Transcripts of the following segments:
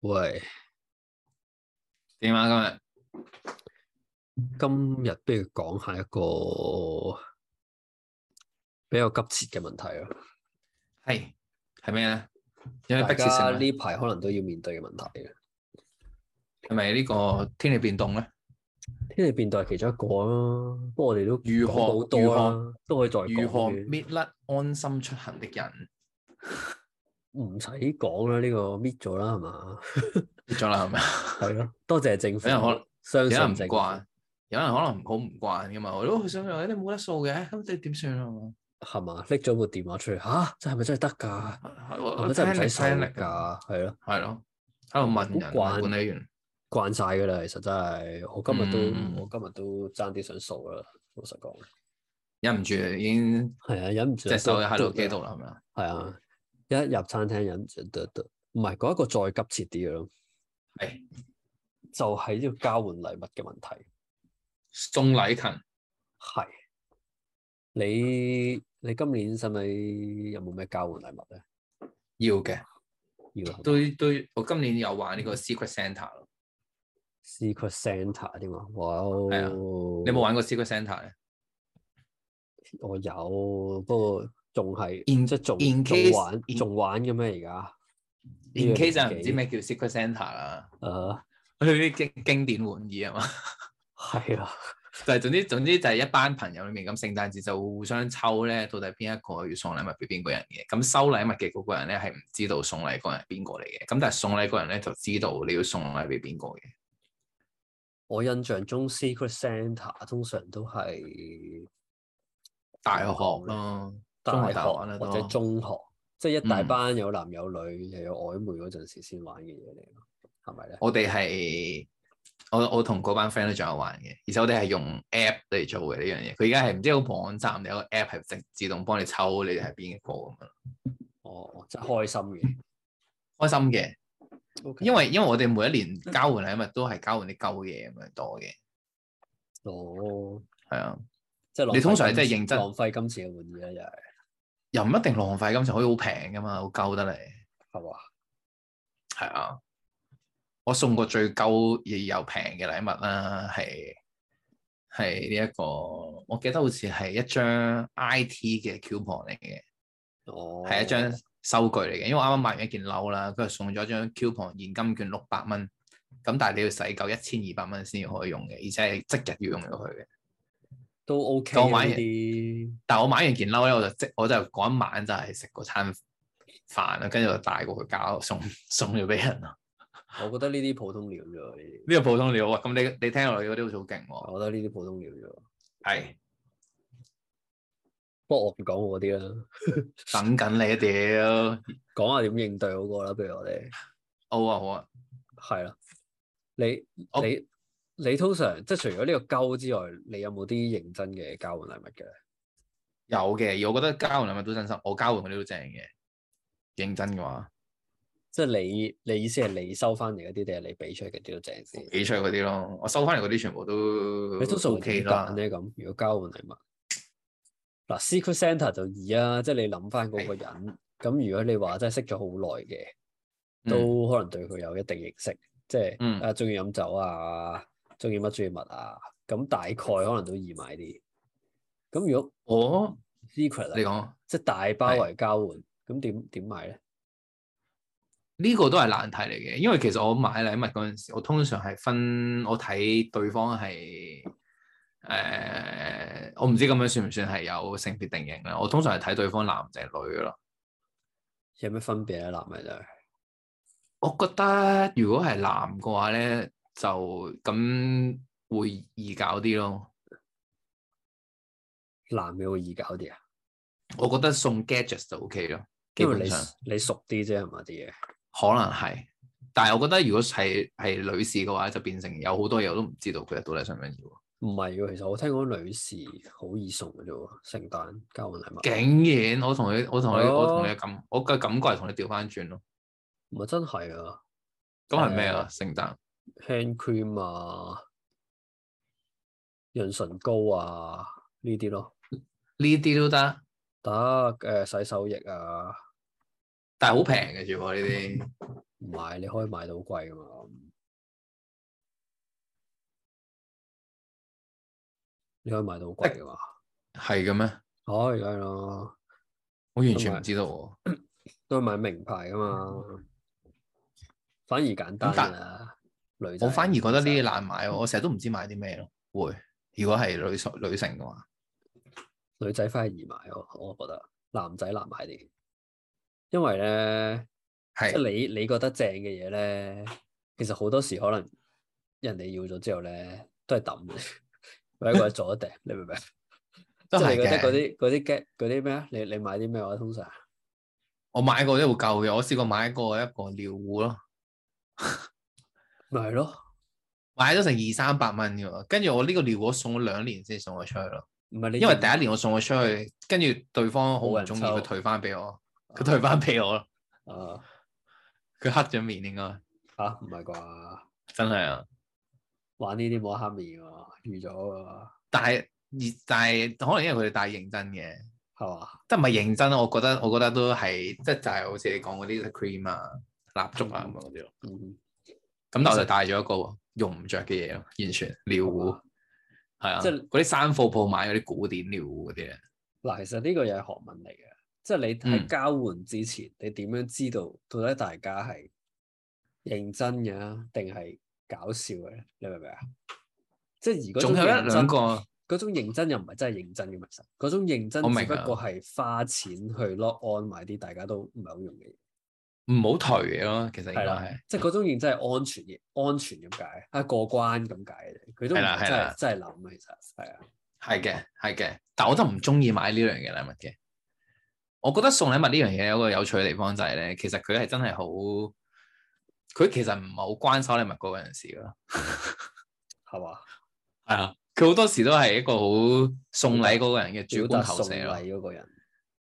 喂，點啊？今日不如講下一個比較急切嘅問題咯，今日係係咩咧？有咩大迫切性家啊？呢排可能都要面對嘅問題嘅。係咪呢個天氣變動咧？天氣變動係其中一個啦，不過我哋都如何講過好多啦，都可以再講如何嘅搣甩安心出行的人？唔使講啦，呢、個搣咗啦，係 嘛？搣咗 啦，係咪？係咯，多謝政府，有人可相有人信唔政府慣，有人可能好唔慣噶嘛。我都好想話你冇得數嘅，咁你點算啊？係嘛？拎咗部電話出去，吓，真係咪真係得㗎？我係我咪真係唔使力收聽力㗎，㗎？係咯。係咯，喺度問人啊好慣管理員。慣晒㗎啦，其實真係，我今日都、嗯我今日都爭啲想掃啦，老實講。忍唔住已經係啊，忍唔住隻手喺度幾機度啦，係咪啊？係啊，一入餐廳忍唔住得得，唔係嗰一個再急切啲嘅咯，係就係呢個交換禮物嘅問題。送禮勤係你你今年使唔使有冇咩交換禮物咧？要嘅，要係嘛都都我今年有玩呢個 Secret Santa 咯。 Secret Santa 添啊！哇哦，係啊你有冇玩過 Secret Santa 咧？我有，不過仲係 In- 即係仲 in 仲 case- 玩 in- 仲玩嘅咩而家？ In 呢個 case 有人年唔紀知咩叫 Secret Santa 啦，誒佢啲經經典玩意啊嘛， 係啊。就係總之總之就係一班朋友裏面咁，聖誕節就互相抽咧，到底邊一個要送禮物俾邊個人嘅？咁收禮物嘅嗰個人咧係唔知道送禮嗰個人係邊個嚟嘅，咁但係送禮嗰個人咧就知道你要送禮俾邊個嘅。我印象中 Secret Santa 通常都係大學咯，大中學大學玩學或得多者中學，即係一大嗯班有男有女又有曖昧嗰陣時先玩嘅嘢嚟咯，係咪咧？我哋係我我同嗰班 friend 都仲有玩嘅，而且我哋係用 app 嚟做嘅呢樣嘢。佢而家係唔知有個網站有個 app 係直自動幫你抽你係邊一個咁樣，哦，即係開心嘅開心嘅。 ，OK，嗯因為因為我哋每一年交換禮物都係交換啲鳩嘢咁樣多嘅，哦，係啊，即係浪費你通常金係真係錢認真浪費金錢嘅玩意啦，又係又唔一定浪費金錢，可以好平噶嘛，好鳩得嚟，係嘛？係啊。我送過最鳩而又平嘅禮物啦，係係呢一個，我記得好似係一張 I.T. 嘅 coupon 嚟嘅，哦，係啊一張收據嚟嘅，因為我啱啱買完一件褸啦，佢就送咗張 coupon 現金券六百蚊，咁但係你要使夠一千二百蚊先可以用嘅，而且係即日要用咗佢嘅。都 OK 當啊玩呢嘢啲，但我買完件褸咧，我就即我就嗰一晚就係食嗰餐飯啦，跟住就帶過去搞送 送咗俾人啦。我覺得呢啲普通料啫喎，呢啲呢個普通料啊，咁你你聽落去嗰啲好似好勁喎。我覺得呢啲普通料啫喎。係不過我唔講我嗰啲啦，等緊你啊屌！講下點應對好過啦，不如我哋。好啊好啊，係啦，你我你你通常即係除咗呢個鳩之外，你有冇啲認真嘅交換禮物嘅咧？有嘅，而我覺得交換禮物都真心，我交換嗰啲都正嘅，認真嘅話，即係你你意思係你收翻嚟嗰啲，定係你俾出去嗰啲都正先？幾出嗰啲咯，我收翻嚟嗰啲全部都你通常 O 會 K 點啦揀。咧？咁如果交換禮物，嗱，Secret Santa 就易啊，即係你諗翻嗰個人。咁如果你話真係識咗好耐嘅，嗯都可能對佢有一定認識，即係、嗯啊中意飲酒啊，中意乜中意物啊，咁大概可能都易買啲。咁如果我 Secret 啊你講即係大包係圍交換，咁點點買咧？呢個都係難題嚟嘅，因為其實我買禮物嗰陣時，我通常係分我睇對方係誒、呃我唔知咁樣算唔算係有性別定型啦。我通常係睇對方男定女嘅咯。有咩分別咧？男咪女我覺得如果係男嘅話咧，就咁會易搞啲咯。男嘅會易搞啲啊，我覺得送 gadgets 就 OK 咯，基因為本上你你熟啲啫，係嘛啲嘢。可能係。但係我覺得如果係係女士嘅話，就變成有好多嘢我都唔知道佢到底想唔想要。唔係喎，其實我聽講女士好易送嘅啫喎，聖誕交換禮物，竟然我同你，我同你，係咯我同你嘅感，我嘅感覺係同你調翻轉咯。唔係真係啊咁係咩啊？聖誕，hand cream 啊，潤唇膏啊呢啲咯，呢啲都得，得誒、洗手液啊，但係好平嘅啫喎呢啲。唔係你可以買到好貴噶嘛。你可以買到好貴噶嘛？係嘅咩？可以梗係啦，我完全唔知道喎。都係買名牌噶嘛。嗯反而簡單啊，女仔我反而覺得呢啲難買喎，我成日都唔知買啲咩咯。會，如果係女性女性嘅話，女仔反而易買咯，我覺得男仔難買啲，因為咧。即係係你你覺得正嘅嘢咧，其實好多時可能人哋要咗之後咧，都係抌嘅， 或者或者做 一掟，你明唔明？都即係係你覺得嗰嘅。啲嗰啲 get 嗰啲咩啊？你你買啲咩話通常？我買過都會夠嘅，我試過買過一個尿壺咯，咪係咯，買咗成二三百蚊嘅喎，跟住我呢個尿壺送咗兩年先送咗出去咯，唔係你因為認第一年我送咗出去，跟住對方好唔中意，冇人收佢退翻俾我，佢退翻俾我咯，啊佢黑咗面應該嚇唔係啩？真係啊，玩呢啲冇得黑面喎，預咗喎，但係而但係可能因為佢哋太認真嘅。係嘛？即係唔係認真啊我覺得我覺得都係即係就係好似你講嗰啲 cream 啊、蠟燭啊咁樣嗰啲咯。嗯，咁但係我就帶咗一個用唔着嘅嘢咯，完全尿壺係啊，即即係係嗰啲山貨鋪買嗰啲古典尿壺嗰啲啊咧，嗱，其實呢個又係學問嚟嘅，即係你喺嗯交換之前，你點樣知道到底大家係認真嘅啊定係搞笑嘅咧？你明唔明啊？即係如果仲有一兩個嗰種認真又唔係真係認真嘅，其實嗰種認真我明只不啊過係花錢去 lock on 買啲大家都唔係好用嘅嘢，唔好頹嘅咯，其實應該係啦係，即係嗰種認真係安全嘅，安全咁解，啊過關咁解嘅啫，佢都唔係啦係係真啦係真係諗嘅，其實係啊，係嘅係嘅，但我都唔中意買呢樣嘢禮物嘅。我覺得送禮物呢樣嘢有個有趣嘅地方就係咧，其實佢係真係好，佢其實唔係好關手禮物嗰個人事咯。係嘛？系啊，佢好多時都係一個好送禮嗰個人嘅主表觀達投送射啊咯，禮嗰個人，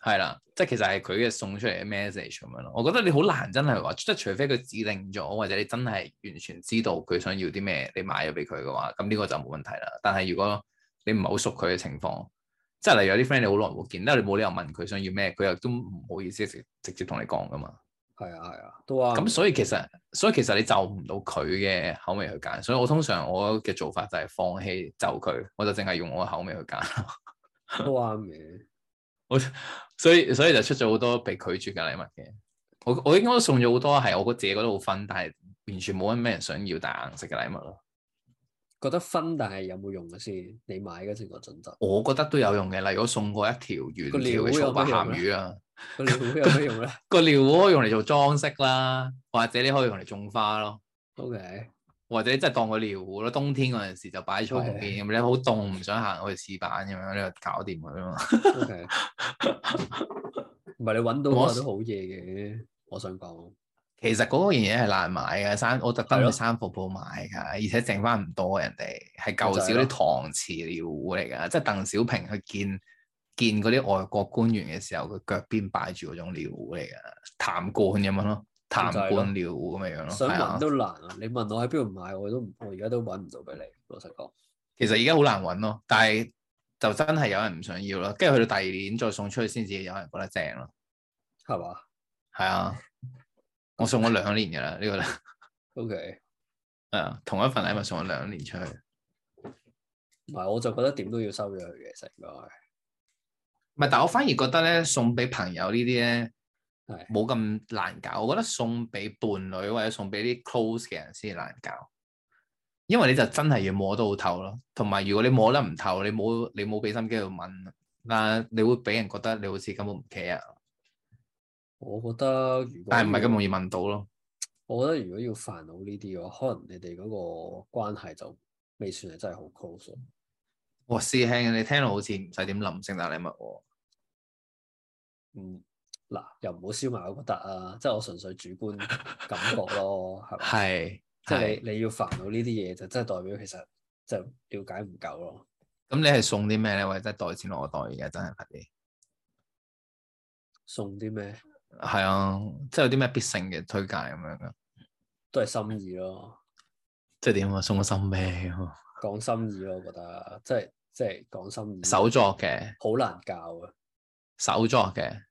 係啦，即係其實係佢嘅送出嚟嘅 message 咁樣咯。我覺得你好難真係話，即係除非佢指定咗，或者你真係完全知道佢想要啲咩，你買咗俾佢嘅話，咁呢個就冇問題啦。但係如果你唔係好熟佢嘅情況，即係例如有啲 friend 你好耐冇見，但係你冇理由問佢想要咩，佢又都唔好意思直直接同你講噶嘛。係啊係啊，都啱嘅。咁所以其實，所以其實你就唔到佢嘅口味去揀，所以我通常我嘅做法就係放棄就佢，我就淨係用我嘅口味去揀，都嗯啱嘅，所以所以就出咗好多被拒絕嘅禮物嘅。我我應該都送咗好多係我自己覺得好分，但係完全冇乜咩人想要但係硬食嘅禮物咯。覺得分但係有冇用嘅先？你買嗰陣個準 則，我覺得都有用嘅，例如我送過一條圓個條料嘅草有白乜用鹹咧魚啊，個料有咩用咧個料可以用嚟做裝飾啦，或者你可以用嚟種花咯。 ？OK，或者真係當佢尿壺咯，冬天嗰陣時就擺喺床邊咁，你好凍唔想行去廁板咁樣，你就搞掂佢啊嘛。 OK，唔係你揾到我嗰都好嘢嘅，我想講其實嗰樣嘢係難買嘅，山我特係登咯去三伏鋪買㗎，而且剩翻唔多人哋係舊時嗰咪啲就搪瓷尿壺嚟㗎，即係鄧小平去見見嗰啲外國官員嘅時候，佢腳邊擺住嗰種尿壺嚟㗎，痰罐咁樣咯，咪就係痰咯罐尿壺咁樣樣咯，想係啊揾。都難啊！你問我喺邊度買，我都唔，我而家都揾唔到俾你。老實講，其實而家好難揾咯，但係就真係有人唔想要咯，跟住去到第二年再送出去先至有人覺得正咯。係嘛係啊，我送咗兩年噶啦，呢、個個 ？OK，係啊，同一份禮物送咗兩年出去，唔係我就覺得點都要收咗佢嘅，其實應該唔係，但我反而覺得咧，送俾朋友呢啲咧係冇咁難搞。我覺得送俾伴侶或者送俾啲 close 嘅人先難搞，因為你就真係要摸得好透咯。同埋如果你摸得唔透，你冇你冇俾心機去問，嗱，你會俾人覺得你好似根本唔 care，我覺得如果但係唔係咁易。容易問到咯。我覺得如果要煩惱呢啲嘅話，可能你哋嗰個關係就未算係真係好 close 咯。哇，師兄，你聽落好似唔使點諗聖誕禮物嗯，嗱，又唔好燒埋我覺得啊，即係我純粹主觀感覺咯，係喎，咪？係即係係。你你要煩惱呢啲嘢，就真係代表其實就了解唔夠咯。咁你係送啲咩咧？或者真係袋錢落我袋，而家真係快啲。送啲咩係啊，即係有啲咩必勝嘅推介咁樣噶。都係心意咯，即係點啊？送個心咩咁啊？講心意咯，我覺得啊即係即係講心意，手作嘅，好難教啊，手作嘅，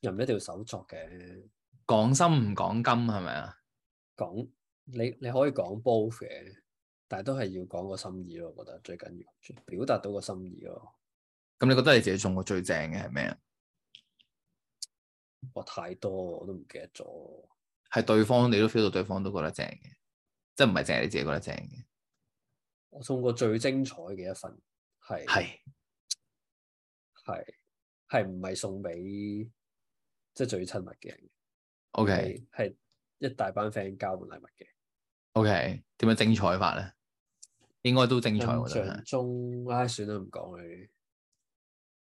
又唔一定要手作嘅，講心唔講金係咪啊？講你你可以講 both 嘅，但係都係要講個心意咯。我覺得最緊要表達到個心意咯。咁你覺得你自己中過最正嘅係咩啊？哇，太多我都唔記得咗。係對方你都 feel 到對方都覺得正嘅，即係唔係淨係你自己覺得正嘅？我送過最精彩嘅一份係係係係唔係送俾即係最親密嘅人？ ，OK 係係一大班 friend 交換禮物嘅。 OK，點樣精彩法咧？應該都精印彩，我覺得係象。中，唉，算啦，唔講佢，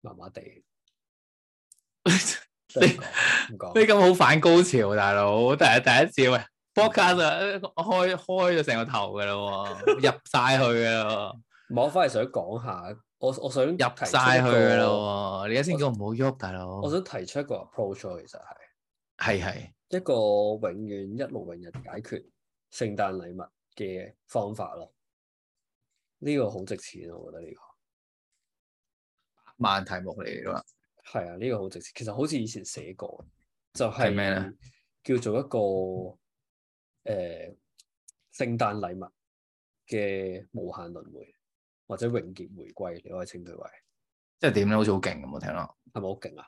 麻麻 地，真係唔講唔講。你咁好反高潮，大佬，第第一次喂 b o d c a s 開開咗成個頭噶啦喎，入晒去噶啦唔係我翻嚟想講下，我我想入喎，入晒去噶啦喎，你而家先叫我唔好喐，大佬。我想提出一個 approach 咯，其實係係係一個永遠一勞永逸解決聖誕禮物嘅方法咯。呢、個好值錢啊，我覺得呢、萬題目嚟噶嘛，個係啊，呢、個好值錢。其實好似以前寫過，就係、係咩咧叫做一個誒、呃、聖誕禮物嘅無限輪迴，或者永劫回歸，你可以稱佢為即係點咧？好似好勁咁，我聽落係咪好勁啊？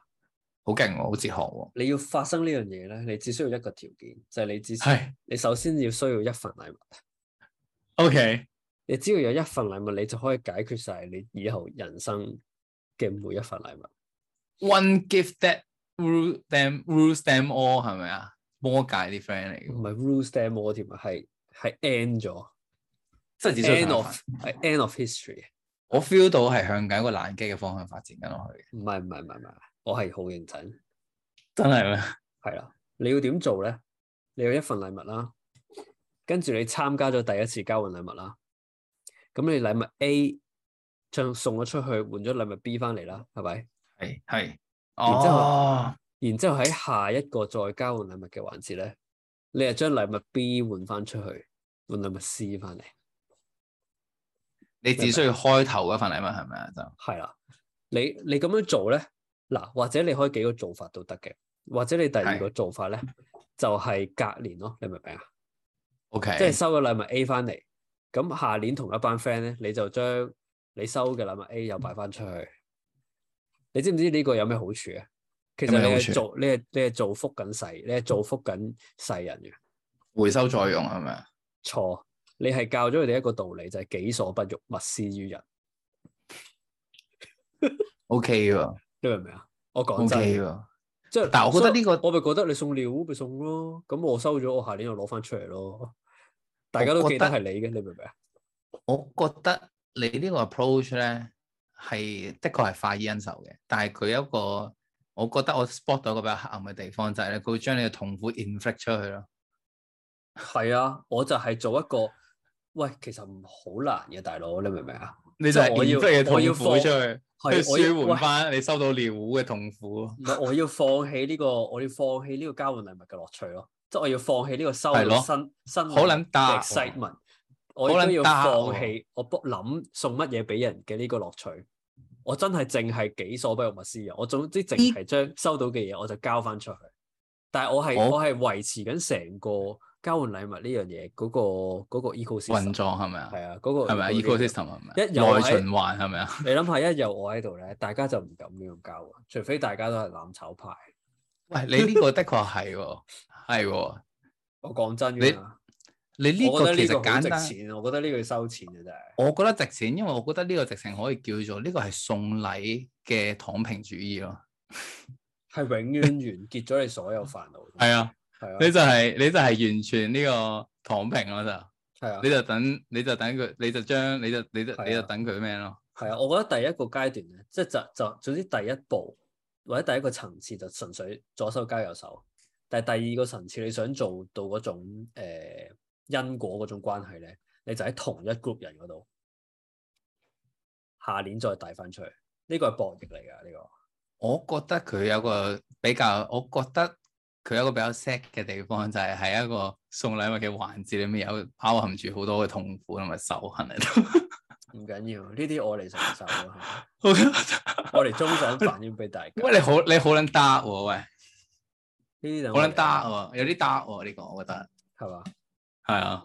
好勁喎，好哲學喎。你要發生呢樣嘢咧，你只需要一個條件，就係、你只需係你首先要需要一份禮物。 OK，你只要有一份禮物，你就可以解決晒你以後人生嘅每一份禮物。 one gift that rule them rules them all 係咪啊？魔界啲 friend 嚟唔嘅，係 rules them all 添啊，係係 end 咗即係只需要，end 睇 of 係 end of history。我 feel 到係向緊一個冷機嘅方向發展緊落去嘅，唔係唔係唔係唔係，我係好認真。真係咩？係啦，你要點做咧？你有一份禮物啦，跟住你參加咗第一次交換禮物啦，咁你禮物 A 將送咗出去，換咗禮物 B 翻嚟啦，係咪？係係，然之後哦，然之後喺下一個再交換禮物嘅環節咧，你係將禮物 B 換翻出去，換禮物 C 翻嚟，你只需要開頭嗰份禮物係咪啊？就係啦。你你咁樣做咧，嗱，或者你可以幾個做法都得嘅，或者你第二個做法咧就係、隔年咯，你明唔明啊？ OK，即係收咗禮物 A 翻嚟，咁下年同一班 friend 咧，你就將你收嘅禮物 A 又擺翻出去。你知唔知呢個有咩好處啊？其實你有咩好係處做，你係你係造福緊世，你係造福緊世人嘅。回收再用係咪啊？錯，你係教咗佢哋一個道理，就係、己所不欲，勿施於人。 ？OK 喎你明唔明啊？我講真，OK 嘅，喎，即係但係我覺得呢個所以我咪覺得你送料咪送咯，咁我收咗，我下年又攞翻出嚟咯。大家都記得係你嘅，你明唔明啊？我覺得你呢個 approach 咧係的確係快意恩仇嘅，但係佢有一個，我覺得我 spot 到一個比較黑暗嘅地方就係咧，佢會將你嘅痛苦 inflict 出去咯。係啊，我就係做一個，喂，其實唔好難嘅，大佬，你明唔明啊？你就就係係我要 inflict 嘅我要痛苦放出去，係去我要舒喂緩翻你收到尿壺嘅痛苦。唔係我要放棄呢、個，我要放棄呢個交換禮物嘅樂趣咯，即係我要放棄呢個收係到咯新新好撚搭嘅喎 excitement，我亦好撚都要搭放喎棄我不諗送乜嘢俾人嘅呢個樂趣。我真係淨係己所不欲勿施人，我總之淨呢係將收到嘅嘢我就交翻出去。但係我係我我係維持緊成個交換禮物呢樣嘢嗰個嗰個運 ecosystem 作係咪啊？係啊，嗰個係咪啊 ecosystem ecosystem 係咪啊？一有內喺循環係咪啊？你諗下，一有我喺度咧，大家就唔敢咁樣交啊，除非大家都係攬炒派。喂，你呢個的確係喎，係喎。我講真你㗎嘛，你呢我覺個得呢其個實好簡值單，錢啊，我覺得呢個要收錢啊，真係。我覺得值錢，因為我覺得呢個直情可以叫做呢個係送禮嘅躺平主義咯。係永遠完結咗你所有煩惱。 係啊，係啊，你就係、你就係完全呢個躺平咯就，係啊你，就等你就等佢，你就將你就你就係啊你就等佢咩咯？係啊。我覺得第一個階段咧，即係就就總之第一步或者第一個層次就純粹左手交右手，但係第二個層次你想做到嗰種、呃、因果嗰種關係咧，你就喺同一 group 人嗰度，下年再遞翻出去。呢個係博弈嚟㗎，呢個。我覺得佢有個比較，我覺得佢有個比較 sad 嘅地方就係喺一個送禮物嘅環節裏面有包含住好多嘅痛苦同埋仇恨喺度。 唔緊要，呢啲我嚟承受咯， 我我嚟中想反映俾大家。喂，你好你好撚 dark 喎喂！呢啲就啊好撚 dark 喎，有啲 dark 喎呢個，我覺得係嘛？係啊。